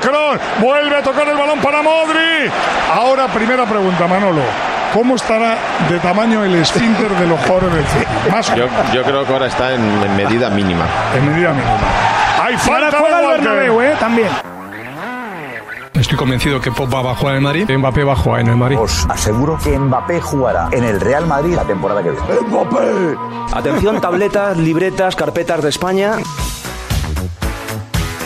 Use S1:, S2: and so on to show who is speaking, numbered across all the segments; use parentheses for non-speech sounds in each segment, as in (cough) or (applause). S1: Kroos vuelve a tocar el balón para Modri. Ahora, primera pregunta, Manolo. ¿Cómo estará de tamaño el esfínter de los jugadores del City? Más o
S2: Yo, yo creo que ahora está en, en medida mínima.
S1: en medida mínima. Hay falta de Walker.
S3: También.
S4: Estoy convencido que Pogba va a jugar en el Madrid, que Mbappé va a jugar en el Madrid.
S5: Os aseguro que Mbappé jugará en el Real Madrid la temporada que viene. ¡Mbappé! Atención, tabletas, libretas, carpetas de España.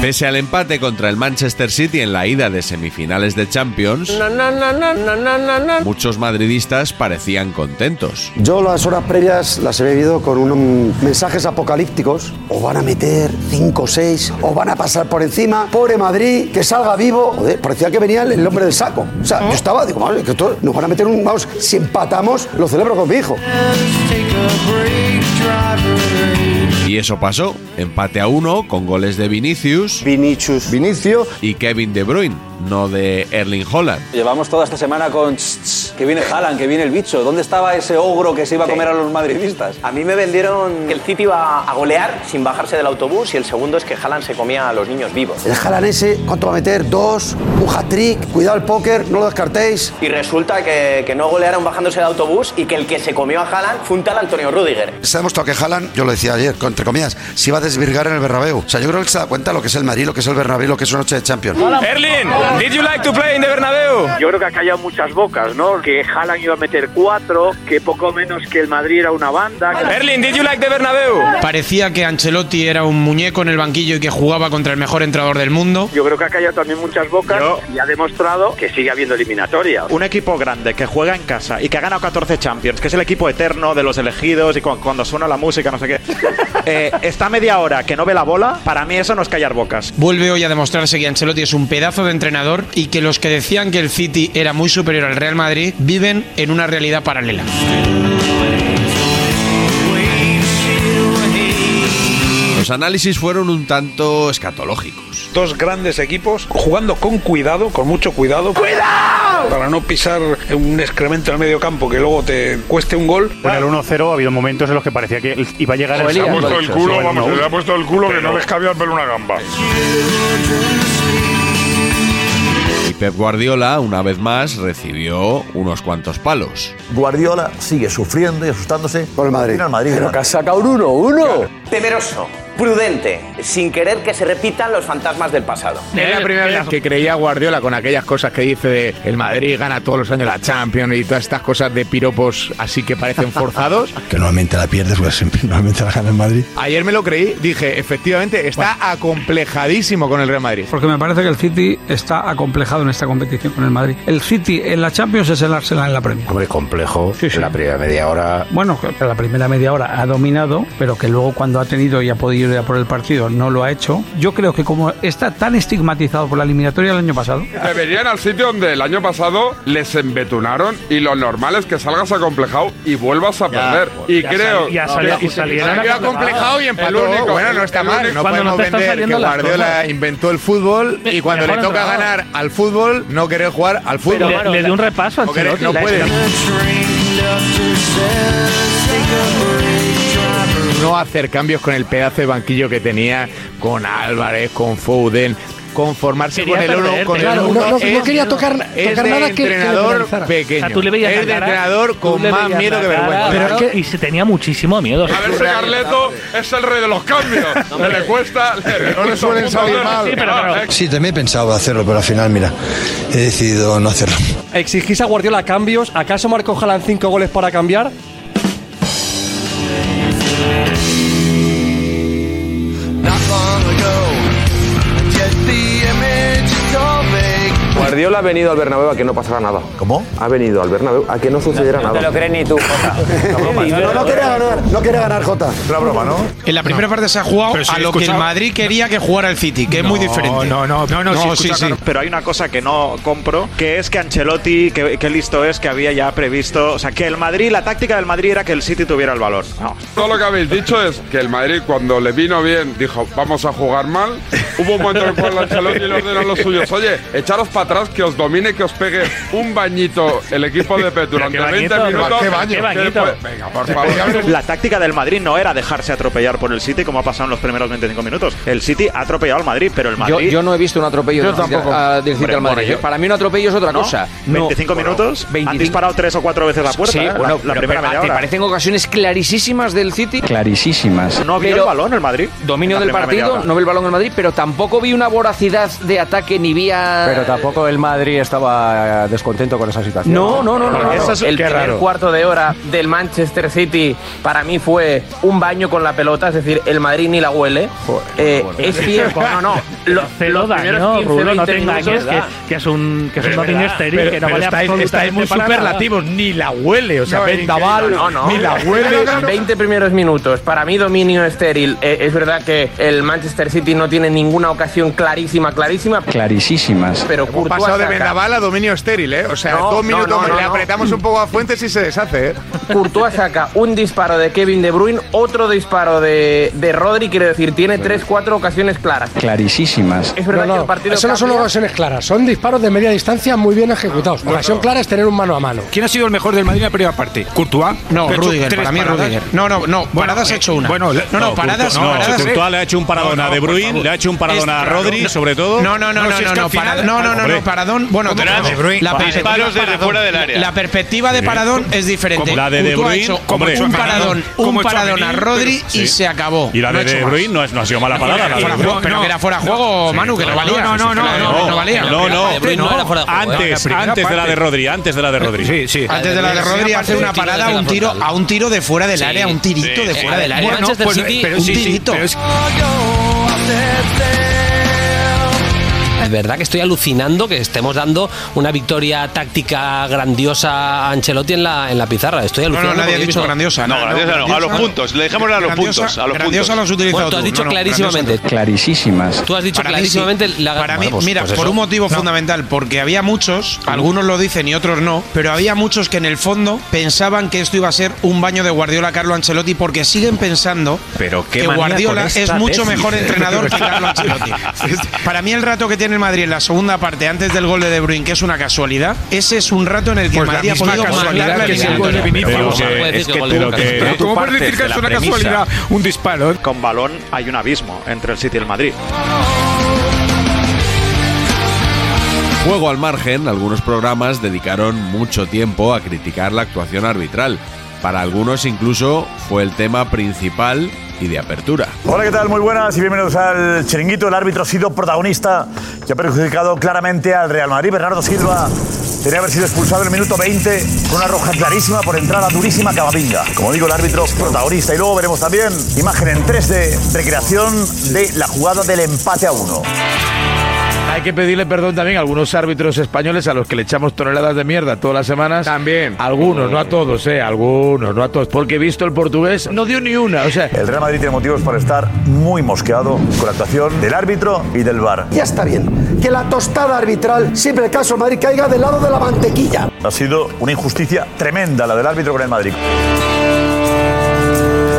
S2: Pese al empate contra el Manchester City en la ida de semifinales de Champions, muchos madridistas parecían contentos.
S5: Yo las horas previas las he bebido con unos mensajes apocalípticos. O van a meter 5 o 6, o van a pasar por encima. Pobre Madrid, que salga vivo. Joder, parecía que venía el, el hombre del saco. O sea, yo estaba, digo, madre, que esto- nos van a meter un... Vamos, si empatamos, lo celebro con mi hijo.
S2: Y eso pasó. Empate a uno con goles de Vinicius
S5: Vinicius. Vinicio.
S2: y Kevin De Bruyne, no de Erling Holland.
S5: Llevamos toda esta semana con que viene Haaland, que viene el bicho. ¿Dónde estaba ese ogro que se iba a comer a los madridistas?
S6: A mí me vendieron que el City iba a golear sin bajarse del autobús y el segundo es que Haaland se comía a los niños vivos.
S5: El Haaland ese, ¿cuánto va a meter? Dos, un hat-trick. Cuidado el póker, no lo descartéis.
S6: Y resulta que, que no golearon bajándose del autobús y que el que se comió a Haaland fue un tal Antonio Rudiger.
S7: Se ha demostrado que Haaland, yo lo decía ayer, con- entre comillas, se iba a desvirgar en el Bernabéu. O sea, yo creo que se da cuenta lo que es el Madrid, lo que es el Bernabéu, lo que es una noche de Champions.
S4: Erling, did you like to play in the Bernabéu?
S3: Yo creo que ha callado muchas bocas, ¿no? Que Haaland iba a meter cuatro, que poco menos que el Madrid era una banda.
S4: Erling, did you like the Bernabéu?
S6: Parecía que Ancelotti era un muñeco en el banquillo y que jugaba contra el mejor entrenador del mundo.
S3: Yo creo que ha callado también muchas bocas
S8: Yo-
S3: y ha demostrado que sigue habiendo eliminatoria.
S8: Un equipo grande que juega en casa y que ha ganado 14 Champions, que es el equipo eterno de los elegidos y cu- cuando suena la música, no sé
S3: (laughs)
S8: qué. Eh, está media hora que no ve la bola. Para mí eso no es callar bocas.
S6: Vuelve hoy a demostrarse que Ancelotti es un pedazo de entrenador y que los que decían que el City era muy superior al Real Madrid viven en una realidad paralela.
S2: Los análisis fueron un tanto escatológicos.
S3: Dos grandes equipos jugando con cuidado, con mucho cuidado. ¡Cuidado! Para no pisar un excremento en el medio campo que luego te cueste un gol.
S8: Con el 1-0 ha habido momentos en los que parecía que iba a llegar
S1: Le ha puesto el culo, vamos, le ha puesto el culo que no les cabía pero una gamba.
S2: Y Pep Guardiola, una vez más, recibió unos cuantos palos.
S5: Guardiola sigue sufriendo y asustándose. Por el Madrid. Al Madrid Pero casi
S6: Temeroso, prudente, sin querer que se repitan los fantasmas del pasado.
S4: Es la primera vez Eh, que creía Guardiola con aquellas cosas que dice de el Madrid gana todos los años la Champions y todas estas cosas de piropos así que parecen (laughs) forzados.
S7: Que normalmente la pierdes, pues (laughs) siempre normalmente la gana el Madrid.
S4: Ayer me lo creí, dije, efectivamente, está acomplejadísimo con el Real Madrid.
S3: Porque me parece que el City está acomplejado en esta competición con el Madrid. El City en la Champions es el Arsenal en la Premier.
S7: Hombre, complejo.
S3: Sí, sí.
S7: La primera media hora
S3: Bueno, que la primera media hora ha dominado, pero que luego cuando ha tenido y ha podido
S9: ir a por el partido, no lo ha hecho. Yo creo que como está tan estigmatizado por la eliminatoria del año pasado,
S10: Deberían al sitio donde el año pasado les embetunaron y lo normal es que salgas acomplejado y vuelvas a perder. y
S4: ya
S10: creo
S4: sal- ya sal-
S10: que-
S4: y salieron
S10: salió
S4: acomplejados.
S10: acomplejado
S4: El único- Bueno, no está
S10: el
S4: mal,
S10: único-
S4: no podemos vender que Guardiola inventó el fútbol y cuando le
S11: mejor
S4: toca
S11: entrenador.
S4: ganar al fútbol no querer jugar al fútbol.
S11: Pero, le, le di un repaso a
S4: No querer-
S11: Ancelotti.
S4: no puede. no hacer cambios con el pedazo de banquillo que tenía con Álvarez, con Foden, conformarse
S11: Quería
S4: con el uno,
S11: perder,
S4: con el
S11: claro,
S4: uno.
S11: no- no- no quería tocar-
S4: es
S11: tocar
S4: de
S11: nada que- que le
S4: entrenador
S11: penalizara.
S4: pequeño.
S11: O sea, tú le veías
S4: es de
S11: la cara,
S4: entrenador
S11: tú
S4: con
S11: le
S4: más
S11: veías
S4: miedo
S11: la
S4: que vergüenza.
S11: Pero es que- y se tenía muchísimo miedo.
S10: A ver si Carleto es el rey de los
S11: (laughs)
S10: cambios. le cuesta. No le suelen salir mal.
S12: Sí, también he pensado hacerlo, pero al final, mira, he decidido no hacerlo.
S13: ¿Exigís a Guardiola cambios? ¿Acaso marcó Jalan cinco goles para cambiar?
S14: Guardiola ha venido al Bernabéu a que no pasara nada. ¿Cómo? Ha venido al Bernabéu a que no sucediera nada. No te lo crees ni tú,
S5: No, no quería ganar, no quería ganar, Jota.
S7: Una broma, ¿no?
S6: En la primera parte se ha jugado
S7: Pero si
S6: a
S7: he
S6: lo que el
S7: escuchado-
S6: Madrid quería que jugara el City, que es muy diferente.
S8: No, no, no, no,
S6: sí, sí.
S8: Pero hay una cosa que no compro, que es que Ancelotti, que, que listo es, que había ya previsto, o sea, que el Madrid, la táctica del Madrid era que el City tuviera el balón. No.
S10: Todo lo que habéis dicho es que el Madrid cuando le vino bien dijo vamos a jugar mal. Hubo un momento en el cual Ancelotti le ordenó a los suyos, oye, echaros para atrás que os domine, que os pegue un bañito el equipo de Pep durante
S8: ¿Qué
S10: 20
S8: bañito?
S10: minutos.
S8: ¿Qué baño?
S10: que
S8: ¿Qué
S10: después-
S8: bañito?
S10: Venga, por favor.
S8: La táctica del Madrid no era dejarse atropellar por el City como ha pasado en los primeros 25 minutos. El City ha atropellado al Madrid, pero el
S15: Yo,
S8: Madrid...
S15: yo no he visto un atropello
S8: Yo
S15: del City-
S8: tampoco.
S15: a- del City
S8: Hombre,
S15: al Madrid. ¿eh?
S8: bueno, yo-
S15: Para mí un atropello es otra
S8: ¿No?
S15: cosa.
S8: 25 minutos, han disparado tres o cuatro veces la puerta,
S15: Sí,
S8: ¿eh?
S15: bueno,
S8: La- la
S15: pero-
S8: primera
S15: pero
S8: media
S15: ¿Te
S8: hora.
S15: parecen ocasiones clarísimas del City?
S8: Clarísimas. No vio
S15: Pero-
S8: el balón el Madrid.
S15: Dominio
S8: La
S15: del
S8: primera media
S15: partido,
S8: hora.
S15: no ve el balón en Madrid, pero tampoco vi una voracidad de ataque ni vi a...
S13: Pero tampoco el Madrid estaba descontento con esa situación.
S15: No, no, no, no. no.
S3: el primer cuarto de hora del Manchester City para mí fue un baño con la pelota, es decir, el Madrid ni la huele. Eh, es cierto, no, no. Lo,
S11: Se lo
S3: los
S11: daño,
S3: primeros
S11: no,
S3: 15,
S11: Rulo, no
S3: 20
S11: te engañes,
S3: minutos,
S11: que, que es un, que es un
S3: Pero
S11: dominio
S3: verdad,
S11: estéril,
S3: pero-
S11: que no
S3: pero
S11: vale
S3: estáis-
S11: absolutamente
S3: estáis muy
S11: para nada.
S3: superlativos,
S11: ni la huele,
S3: o sea, vendaval,
S11: no, no.
S3: ni la huele. (laughs) 20 primeros minutos, para mí dominio estéril. Eh, es verdad que el Manchester City no tiene ninguna ocasión clarísima, clarísima.
S8: Clarísimas.
S3: Pero
S4: Hemos
S3: Courtois
S4: pasado de
S3: saca-
S4: vendaval a dominio estéril, ¿eh? O sea,
S3: No, no,
S4: dos minutos
S3: no,
S4: más,
S3: no,
S4: le
S3: no.
S4: apretamos un poco a Fuentes y se deshace, ¿eh?
S3: Courtois saca un disparo de Kevin De Bruyne, otro disparo de, de Rodri, quiero decir, tiene 3-4 ocasiones claras.
S8: Clarísimas.
S3: Es verdad
S16: No,
S3: que
S16: no,
S3: el partido
S16: eso no son
S3: cambia.
S16: ocasiones claras, son disparos de media distancia muy bien ejecutados. Ocasión clara es tener un mano a mano.
S17: ¿Quién ha sido el mejor del Madrid en la primera parte? ¿Courtois?
S6: No,
S17: Que ha hecho
S6: Rudiger,
S17: tres
S6: para mí
S17: paradas.
S6: Rudiger. No, no, no, paradas ha hecho una.
S17: bueno, le-
S6: no, no,
S17: no,
S6: paradas
S17: Courtois no,
S6: paradas- eh.
S17: si Courtois le ha hecho un paradón a De
S6: por
S17: Bruyne,
S6: favor.
S17: le ha hecho un paradón a
S6: claro.
S17: Rodri,
S6: No,
S17: sobre todo.
S6: No, no, no,
S17: No,
S6: no,
S17: si es
S6: no,
S17: que
S6: no,
S17: al final-
S6: para- no, no, no,
S17: Hombre.
S6: no, paradón, bueno,
S17: Como
S6: no,
S17: la de Bruyne.
S6: la
S17: Vale.
S6: perspectiva
S17: Disparos desde
S6: paradón-
S17: fuera del área.
S6: La perspectiva de
S17: Sí.
S6: paradón es diferente.
S17: Como la de De
S6: Courtois ha
S17: Bruyne,
S6: hecho
S17: como hecho
S6: un
S17: a Fernando,
S6: paradón,
S17: como
S6: un
S17: hecho a
S6: paradón a
S17: Mendy,
S6: Rodri
S17: pero- sí.
S6: y se acabó.
S17: Y la de
S6: No ha hecho
S17: De
S6: más.
S17: Bruyne no, es- no ha sido mala
S6: No,
S17: parada.
S6: era
S17: la de
S6: fuera
S17: De
S6: juego,
S17: Bruyne.
S6: pero que era fuera juego, Manu, que no valía.
S17: No, no, no,
S6: La de
S17: no,
S6: Bruyne
S17: no,
S6: no valía.
S17: no, no.
S6: La de Bruyne no era fuera de juego. ¿eh? La
S17: Antes,
S6: primera
S17: antes de la de
S6: parte-
S17: Rodri, antes de la de Rodri. Sí, sí.
S6: Antes de la de Rodri hace una parada, un tiro a un tiro de fuera del
S17: Sí,
S6: área, un tirito
S17: sí,
S6: de
S17: sí.
S6: fuera del área.
S17: Bueno, Manchester pues, City, pero
S6: un
S17: sí, sí,
S6: tirito.
S17: pero es-
S18: Es verdad que estoy alucinando que estemos dando una victoria táctica grandiosa a Ancelotti en la, en la pizarra. Estoy
S6: No,
S18: alucinando.
S6: no, nadie ha
S18: porque he
S6: dicho
S18: visto-
S6: grandiosa.
S18: No, grandiosa no, a los puntos. Le dejémosla a los
S6: Grandiosa-
S18: puntos, a los
S6: Grandiosa
S18: puntos.
S6: los has utilizado
S18: Bueno, tú has
S6: tú.
S18: dicho
S6: No, no,
S18: clarísimamente.
S6: grandiosa no.
S18: Clarísimas. Tú has dicho
S6: mí sí.
S18: clarísimamente la-
S6: Para mí,
S18: Bueno, pues-
S6: mira,
S18: pues
S6: por
S18: eso.
S6: un motivo fundamental, porque había muchos, algunos lo dicen y otros no, pero había muchos que en el fondo pensaban que esto iba a ser un baño de Guardiola Carlo Ancelotti porque siguen pensando
S2: Pero qué
S6: que
S2: manía
S6: Guardiola
S2: con esta
S6: es mucho
S2: tesis.
S6: mejor entrenador que
S18: (laughs)
S6: Carlo Ancelotti. Para mí el rato que tiene el Madrid en la segunda parte antes del gol de De Bruyne, que es una casualidad, ese es un rato en el que el
S17: Pues la
S6: Madrid ha
S17: misma
S6: podido
S17: casualidad
S6: mandar la
S17: que es el
S6: eliminatoria.
S17: gol de Vinicius. Pero que- es que tú- que- ¿Cómo puedes decir que es una casualidad ¿eh?
S8: un disparo? Con balón hay un abismo entre el City y el Madrid.
S2: Juego al margen, algunos programas dedicaron mucho tiempo a criticar la actuación arbitral. Para algunos incluso fue el tema principal y de apertura.
S19: Hola, ¿qué tal? Muy buenas y bienvenidos al Chiringuito. El árbitro ha sido protagonista y ha perjudicado claramente al Real Madrid. Bernardo Silva tenía que haber sido expulsado en el minuto 20 con una roja clarísima por entrada durísima a Camavinga. Como digo, el árbitro protagonista. Y luego veremos también imagen en 3 de recreación de la jugada del empate a 1.
S20: Hay que pedirle perdón también a algunos árbitros españoles a los que le echamos toneladas de mierda todas las semanas. También. Algunos, no a todos, eh, algunos, no a todos. Porque visto el portugués, no dio ni una. O sea,
S19: El Real Madrid tiene motivos para estar muy mosqueado con la actuación del árbitro y del VAR.
S5: Ya está bien. Que la tostada arbitral, siempre el caso del Madrid, caiga del lado de la mantequilla.
S19: Ha sido una injusticia tremenda la del árbitro con el Madrid.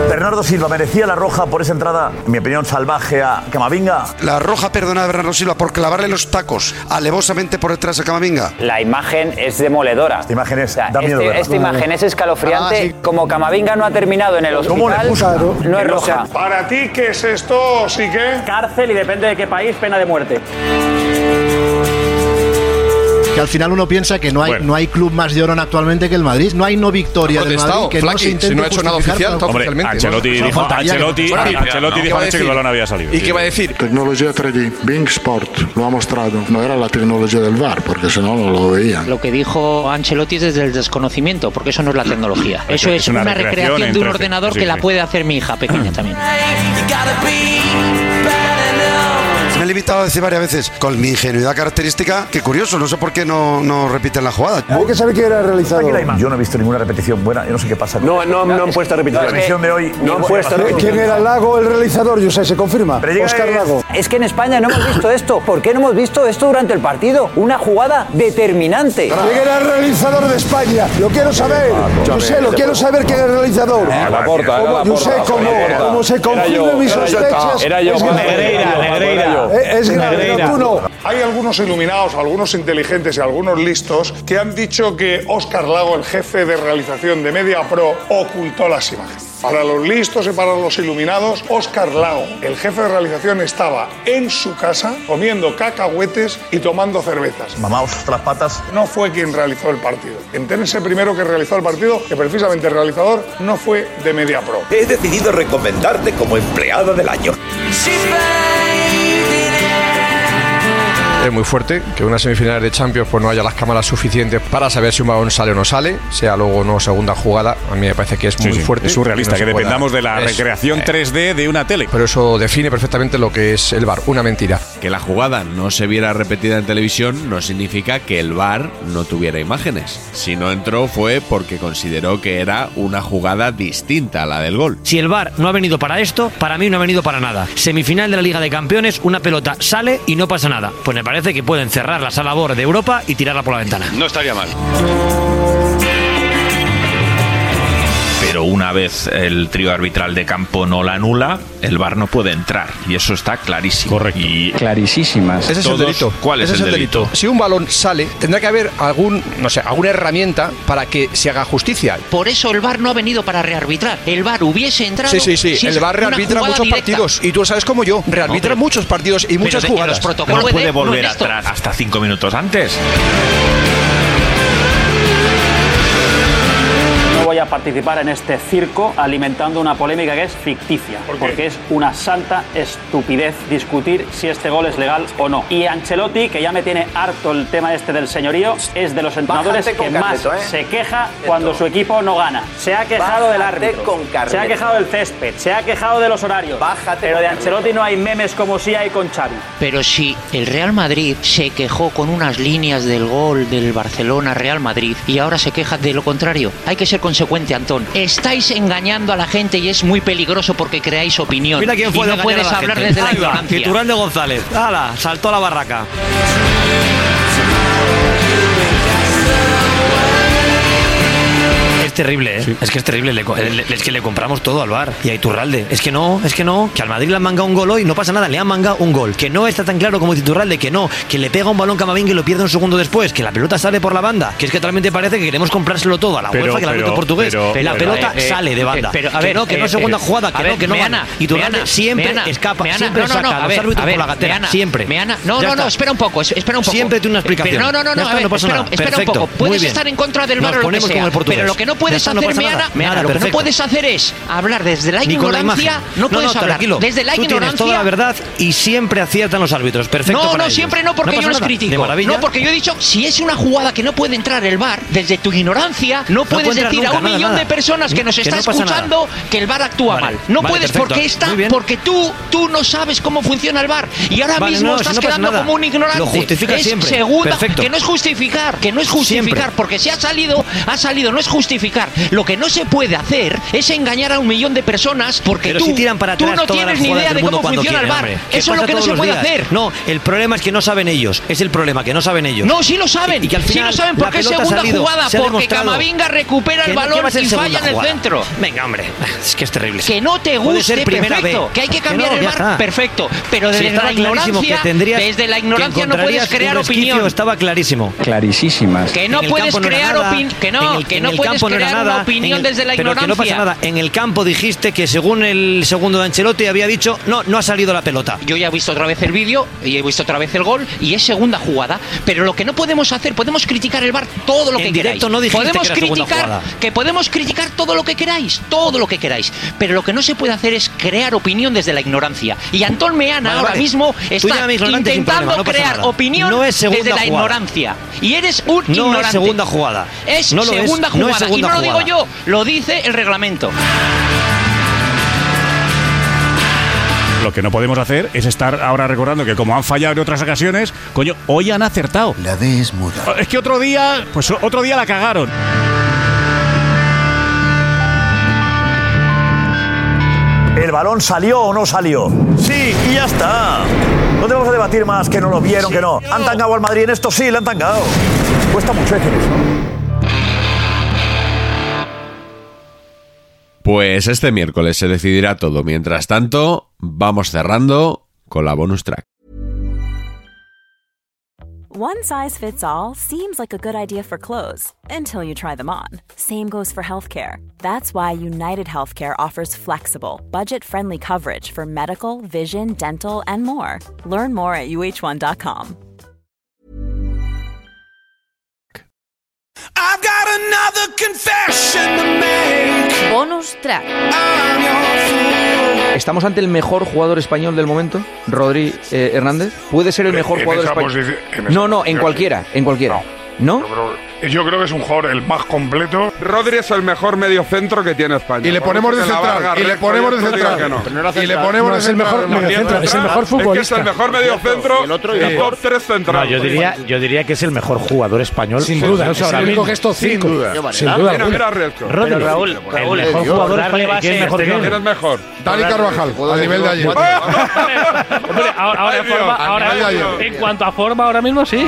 S19: Bernardo Silva merecía la roja por esa entrada, en mi opinión, salvaje a Camavinga.
S7: La roja perdonada a Bernardo Silva por clavarle los tacos alevosamente por detrás a Camavinga.
S21: La imagen es demoledora. Esta imagen es,
S7: da miedo verla.
S21: Esta imagen es escalofriante.
S7: Ah, sí.
S21: Como Camavinga no ha terminado en el hospital,
S1: ¿Cómo le acusa, no?
S21: no es
S1: O
S21: roja.
S1: sea, ¿Para ti qué es esto, sí que?
S21: Cárcel y depende de qué país, pena de muerte.
S22: Que al final uno piensa que no hay, no hay club más llorón actualmente que el Madrid. No hay no victoria del Madrid. Que no se intente justificar con-
S23: Hombre, Ancelotti
S22: Solo
S23: dijo,
S22: faltaría que-
S23: Ancelotti,
S22: Bueno,
S23: Ancelotti dijo
S22: ¿no? ¿Qué va
S23: anoche
S22: a
S23: que el
S22: decir?
S23: balón había salido.
S22: ¿Y qué va a decir?
S24: Tecnología 3D, Bing Sport lo ha mostrado. No era la tecnología del VAR, porque si no, no lo veían.
S25: Lo que dijo Ancelotti es desde el desconocimiento, porque eso no es la tecnología. Eso es, una, recreación, de un
S24: entre-
S25: ordenador
S24: sí,
S25: que la
S24: sí.
S25: puede hacer mi hija pequeña también.
S7: Me he limitado a decir varias veces, con mi ingenuidad característica, que curioso, no sé por qué no, no repiten la jugada.
S5: Hay que saber quién era el realizador.
S19: Yo no he visto ninguna repetición buena, yo no sé qué pasa.
S7: No, no, no han puesto repetición.
S19: La repetición de hoy.
S7: No han puesto
S5: ¿Quién era Lago el realizador? Yo sé, se confirma. Oscar Lago.
S21: Es que en España no hemos visto esto. ¿Por qué no hemos visto esto durante el partido? Una jugada determinante.
S5: ¿Quién era el realizador de España? Lo quiero saber. Yo sé, lo quiero saber quién era el realizador.
S26: Laporta, era
S5: Como- Yo sé
S26: Laporta,
S5: cómo,
S26: era Laporta.
S5: como se
S26: Era
S5: confirman
S26: yo,
S5: mis
S26: era yo,
S5: sospechas.
S26: era yo,
S5: es grave.
S26: Negreira, Negreira.
S5: Eh, Es grave,
S26: Negreira.
S5: no, tú no.
S1: Hay algunos iluminados, algunos inteligentes y algunos listos que han dicho que Óscar Lago, el jefe de realización de Media Pro, ocultó las imágenes. Para los listos y para los iluminados, Óscar Lago, el jefe de realización, estaba en su casa comiendo cacahuetes y tomando cervezas.
S19: Mamaos hasta las patas.
S1: No fue quien realizó el partido. Entérense primero que realizó el partido, que precisamente el realizador no fue de Media Pro.
S27: He decidido recomendarte como empleada del año.
S28: Es muy fuerte que en una semifinal de Champions pues no haya las cámaras suficientes para saber si un balón sale o no sale, sea luego o no segunda jugada. A mí me parece que es
S23: Sí,
S28: muy
S23: sí,
S28: fuerte.
S23: es surrealista
S28: no se
S23: que
S28: pueda-
S23: dependamos de la
S20: eh.
S23: recreación
S28: 3D de una tele. Pero eso define perfectamente lo que es el bar, una mentira.
S2: Que la jugada no se viera repetida en televisión no significa que el VAR no tuviera imágenes. Si no entró fue porque consideró que era una jugada distinta a la del gol.
S18: Si el VAR no ha venido para esto, para mí no ha venido para nada. Semifinal de la Liga de Campeones, una pelota sale y no pasa nada. Pues me parece que pueden cerrar la sala BOR de Europa y tirarla por la ventana.
S27: No estaría mal. Pero una vez el trío arbitral de campo no la anula, el VAR no puede entrar. Y eso está clarísimo. Correcto. Y
S28: Clarísimas. Ese es el
S27: Todos-
S28: delito.
S27: ¿Cuál es
S28: Ese
S27: el delito?
S28: Si un balón sale, tendrá que haber algún, no sé, alguna herramienta para que se haga justicia.
S25: Por eso el VAR no ha venido para rearbitrar. El VAR hubiese entrado.
S28: Sí, sí, sí.
S25: si es
S28: el VAR
S25: una
S28: rearbitra
S25: jugada
S28: muchos
S25: directa.
S28: partidos. Y tú sabes como yo, rearbitra
S27: pero-
S28: muchos partidos y muchas
S27: de-
S28: jugadas.
S27: no puede volver atrás hasta cinco minutos antes.
S28: No voy a participar en este circo alimentando una polémica que es ficticia, porque es una santa estupidez discutir si este gol es legal o no. Y Ancelotti, que ya me tiene harto el tema este del señorío, es de los entrenadores
S29: Bájate con
S28: que más
S29: Carleto, ¿eh?
S28: se queja cuando su equipo no gana. Se ha quejado del
S29: Bájate
S28: árbitro,
S29: con Carleto.
S28: se ha quejado del césped, se ha quejado de los horarios. pero
S29: con
S28: de
S29: Carleto.
S28: Ancelotti no hay memes como sí hay con Xavi.
S25: Pero si el Real Madrid se quejó con unas líneas del gol del Barcelona-Real Madrid y ahora se queja de lo contrario, hay que ser consecuente, Antón. Estáis engañando a la gente y es muy peligroso porque creáis opinión.
S18: Mira quién fue
S25: y
S18: de
S25: no puedes hablar desde la ignorancia.
S18: Titular de González. ¡Hala! Saltó a la barraca. Es terrible, ¿eh? es que es terrible. le co- le- es que le compramos todo al bar y a Iturralde. Es que no, es que no. Que al Madrid le han mangado un gol hoy, no pasa nada, le han mangado un gol. Que no está tan claro como dice Iturralde, que no. Que le pega un balón Camavinga y lo pierde un segundo después. Que la pelota sale por la banda. Que es que realmente parece que queremos comprárselo todo a la
S27: Pero,
S18: UEFA, que la
S27: pero,
S18: pelota portugués.
S27: pero,
S18: la
S27: pero,
S18: pelota
S27: eh, eh,
S18: sale de banda.
S27: eh, pero, a
S18: Que
S27: ver,
S18: no, que
S27: eh,
S18: no segunda
S27: eh,
S18: jugada, que
S27: a
S18: no,
S27: ver,
S18: que no
S27: Meana,
S18: gana. Iturralde
S27: Meana,
S18: siempre
S27: Meana,
S18: escapa,
S27: Meana,
S18: siempre
S27: no, no,
S18: saca
S27: no,
S18: a
S27: a
S18: los
S27: ver,
S18: árbitros
S27: a
S18: por
S27: ver,
S18: la gatera.
S27: Meana,
S18: siempre.
S27: Meana, no,
S18: Ya
S27: no,
S18: está.
S27: no, espera
S25: un poco, es- espera un poco.
S18: Siempre tiene una explicación.
S25: Pero no, no, no,
S18: Ya
S25: a
S18: está,
S25: ver,
S18: pasa
S25: espera,
S18: nada.
S25: espera un
S18: Perfecto.
S25: poco.
S18: Muy
S25: Puedes
S18: bien.
S25: estar en contra del
S18: Nos
S25: VAR o lo que
S18: ponemos
S25: sea,
S18: como el portugués.
S25: pero lo que no puedes
S18: Ya está, no
S25: hacer,
S18: pasa
S25: Meana,
S18: nada.
S25: Meana,
S18: Nada,
S25: lo que no
S18: perfecto.
S25: puedes hacer es hablar desde la
S18: Ni con la
S25: ignorancia.
S18: imagen.
S25: no puedes hablar.
S18: tranquilo.
S25: Desde la
S18: Tú
S25: ignorancia.
S18: tienes toda la verdad y siempre aciertan los árbitros. Perfecto.
S25: No,
S18: para
S25: no,
S18: ellos.
S25: siempre no, porque
S18: pasa
S25: yo los
S18: nada. De
S25: critico.
S18: maravilla.
S25: No, porque yo he dicho, si es una jugada que no puede entrar el bar, desde tu ignorancia, no puedes
S18: puede entrar
S25: decir a
S18: nunca,
S25: un
S18: nada,
S25: millón
S18: nada.
S25: de personas que nos
S18: Que
S25: está
S18: no pasa nada.
S25: escuchando que el bar actúa
S18: Vale,
S25: mal. No
S18: vale,
S25: puedes
S18: perfecto.
S25: porque está,
S18: Muy bien.
S25: porque tú, tú no sabes cómo funciona el bar. Y ahora
S18: Vale,
S25: mismo
S18: no, si
S25: estás
S18: no pasa
S25: quedando
S18: nada.
S25: como un ignorante.
S18: Lo justificas
S25: es
S18: siempre.
S25: Segunda,
S18: Perfecto.
S25: que no es justificar, que no es justificar,
S18: Siempre.
S25: porque si ha salido, ha salido, no es justificar. Lo que no se puede hacer es engañar a un millón de personas porque
S18: Pero
S25: tú,
S18: si tiran para
S25: tú
S18: atrás
S25: no
S18: todas
S25: tienes
S18: las
S25: ni
S18: jugadas
S25: idea
S18: del
S25: de
S18: mundo
S25: cómo
S18: cuando
S25: funciona el
S18: quieren,
S25: bar. Eso
S18: hombre.
S25: es
S18: pasa
S25: lo que no
S18: todos
S25: se
S18: los
S25: puede
S18: días.
S25: hacer.
S18: No, el problema es que no saben ellos. Es el problema, que no saben ellos.
S25: No, sí lo saben.
S18: Y que al
S25: sí
S18: final
S25: lo saben
S18: la
S25: porque es
S18: pelota ha
S25: segunda
S18: salido,
S25: jugada.
S18: se ha
S25: Porque
S18: demostrado
S25: Camavinga recupera
S18: que
S25: el
S18: no- que
S25: balón
S18: va a ser
S25: y
S18: segunda
S25: falla en el
S18: jugada.
S25: centro.
S18: Venga, hombre. Es que es terrible.
S25: Que no te
S18: Puede
S25: guste,
S18: ser primera
S25: perfecto.
S18: B.
S25: Que hay que
S18: no,
S25: cambiar el
S18: ya
S25: bar,
S18: está.
S25: perfecto. Pero
S18: Si
S25: desde
S18: estaba
S25: la
S18: clarísimo
S25: ignorancia,
S18: que tendrías-
S25: desde la
S18: que
S25: ignorancia no
S18: encontrarías
S25: puedes crear
S18: un resquicio,
S25: opinión.
S18: Estaba clarísimo. Clarísísimas.
S25: Que no puedes crear opin- que no, que no puedes crear una opinión desde la
S18: Pero que no pasa
S25: ignorancia.
S18: nada. En el campo dijiste que según el segundo de Ancelotti había dicho, no, no ha salido la pelota.
S25: Yo ya he visto otra vez el vídeo y he visto otra vez el gol y es segunda jugada. Pero lo que no podemos hacer, podemos criticar el bar todo lo
S18: En
S25: que
S18: directo
S25: queráis.
S18: no dijiste
S25: podemos
S18: que era segunda
S25: criticar
S18: jugada.
S25: que podemos criticar todo lo que queráis, todo lo que queráis. Pero lo que no se puede hacer es crear opinión desde la ignorancia. Y Antón Meana
S18: Vale,
S25: ahora
S18: vale.
S25: mismo
S18: Tú
S25: está
S18: llámame ignorante sin
S25: intentando
S18: problema, no pasa
S25: crear
S18: nada.
S25: opinión
S18: No es segunda
S25: desde la
S18: jugada.
S25: ignorancia. Y eres un
S18: No es
S25: ignorante.
S18: segunda jugada.
S25: Es
S18: No lo es,
S25: segunda
S18: no
S25: jugada.
S18: es
S25: y
S18: segunda
S25: no lo digo
S18: jugada.
S25: yo, lo dice el reglamento.
S30: Lo que no podemos hacer es estar ahora recordando que como han fallado en otras ocasiones, coño, hoy han acertado. La D es muda. Es que otro día, pues otro día la cagaron.
S19: ¿El balón salió o no salió? Sí, y ya está. No tenemos que debatir más que no lo vieron, que no. ¿Han tangado al Madrid en esto? Sí, le han tangado. Cuesta mucho ¿eh? decir eso.
S2: Pues este miércoles se decidirá todo. Mientras tanto, vamos cerrando con la bonus track.
S31: One size fits all seems like a good idea for clothes until you try them on. Same goes for healthcare. That's why United Healthcare offers flexible, budget friendly coverage for medical, vision, dental, and more. Learn more at uh1.com.
S14: I've got another confession to make. Bonus track.
S3: ¿Estamos ante el mejor jugador español del momento? Rodri eh, Hernández. ¿Puede ser el mejor
S1: Eh, en
S3: jugador
S1: esa
S3: español?
S1: posici- en esa
S3: No, no, en
S1: posición,
S3: cualquiera, en cualquiera. ¿No?
S1: Yo creo que es un jugador el más completo.
S10: Rodri es el mejor mediocentro que tiene España.
S1: Y le ponemos de
S10: Porque la
S1: central,
S10: Vargas
S1: y le
S10: Rejo
S1: ponemos de
S10: esto diga
S1: central.
S10: que no.
S1: Pero no era central. Y le ponemos No, de es el central, mejor no. mediocentro,
S10: Es
S1: es el mejor
S10: que es
S1: futbolista.
S10: el mejor mediocentro el otro
S4: y
S10: top 3 central.
S4: No, Ah, yo diría, yo diría que es el mejor jugador español. Pues, eh,
S10: Sin
S4: por
S10: duda,
S4: lo menos
S10: es el
S4: ahora
S10: único
S4: mismo.
S10: que estos
S4: Sin
S10: cinco.
S4: duda.
S10: Qué variedad.
S4: Sin duda.
S10: Mira,
S4: alguna.
S10: mira a Redco.
S4: Rodri,
S10: Pero Raúl, Raúl,
S4: el mejor
S10: Dios,
S4: jugador
S10: darle
S4: español. ¿Quién es mejor que
S10: ¿Quién es
S4: él?
S10: mejor?
S4: Dani Carvajal, a nivel de ayer.
S32: Hombre, ahora, ahora en forma- ahora- en cuanto a forma, ahora mismo sí.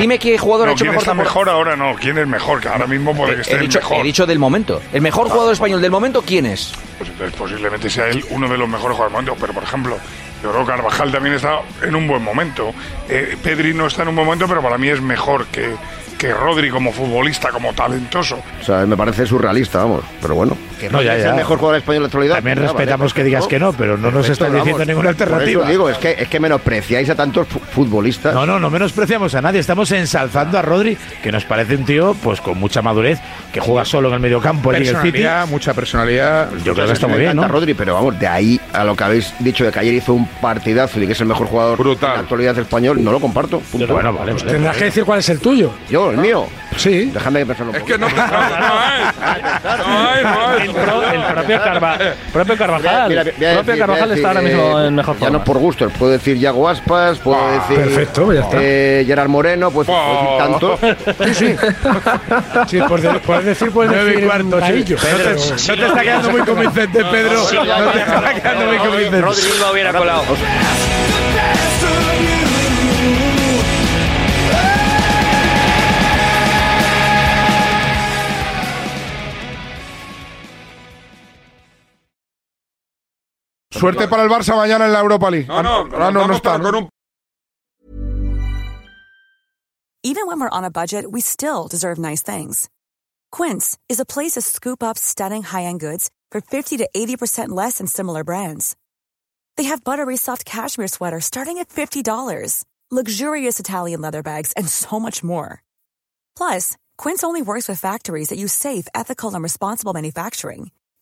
S3: Dime qué jugador
S1: No,
S3: ha hecho
S1: ¿quién
S3: mejor
S1: está
S3: temporada.
S1: mejor ahora? No, ¿quién es mejor? Que ahora mismo
S27: Eh,
S1: puede que esté
S3: He
S1: el
S3: dicho,
S1: mejor. Ah.
S3: he dicho del momento. ¿El mejor jugador español del momento quién es?
S1: Pues entonces posiblemente sea él uno de los mejores jugadores del mundo. Pero, por ejemplo, yo creo que Carvajal también está en un buen momento. Eh, Pedri no está en un buen momento, pero para mí es mejor que, que Rodri como futbolista, como talentoso.
S5: O sea, me parece surrealista, vamos. Pero bueno.
S4: Que no, ya,
S5: es
S4: ya.
S5: el mejor jugador español de la actualidad.
S4: También
S5: Ah, vale,
S4: respetamos que digas que no, pero no nos
S5: perfecto,
S4: estás
S5: vamos.
S4: diciendo ninguna
S5: Por eso
S4: alternativa.
S5: digo, es que, es que menospreciáis a tantos fu- futbolistas.
S4: No, no, no menospreciamos a nadie. Estamos ensalzando a Rodri, que nos parece un tío pues con mucha madurez, que juega solo en el mediocampo allí en el City.
S10: Personalidad,
S4: Mucha personalidad. Yo creo que está
S5: Me
S4: muy bien,
S5: encanta
S4: ¿no?
S5: Rodri, pero vamos, de ahí a lo que habéis dicho de que ayer hizo un partidazo y que es el mejor jugador de la actualidad del español, no lo comparto. punto.
S4: Bueno, vale, vale.
S33: Tendrás que decir cuál es el tuyo.
S5: Yo, el mío. Sí. Dejadme que pensarlo. un poco.
S32: (laughs) El, pro- el propio, Carva- propio Carvajal.
S5: Mira, voy a
S32: propio
S5: decir-
S32: Carvajal
S5: voy a
S32: está ahora
S5: decir,
S32: mismo
S5: eh,
S32: en mejor
S5: Ya no
S32: forma.
S5: es por gusto, puedo decir Yago Aspas, puedo decir.
S33: perfecto, ya está.
S5: eh, Gerard Moreno, puedo puedo decir tantos.
S33: Sí, por de- por decir, puedes
S4: Nueve y
S33: decir
S4: cuarto, sí.
S33: Gaillo.
S4: No te- no te está quedando muy convincente, Pedro.
S33: Sí,
S4: No
S33: ya,
S4: te
S33: ya.
S4: está quedando muy convincente.
S33: Rodri lo hubiera colado.
S34: Suerte para el Barça mañana en la Europa League.
S10: No, no,
S34: Ah, no, no está. ¿no?
S15: Even when we're on a budget, we still deserve nice things. Quince is a place to scoop up stunning high-end goods for 50 to 80% less than similar brands. They have buttery soft cashmere sweaters starting at $50, luxurious Italian leather bags, and so much more. Plus, Quince only works with factories that use safe, ethical, and responsible manufacturing.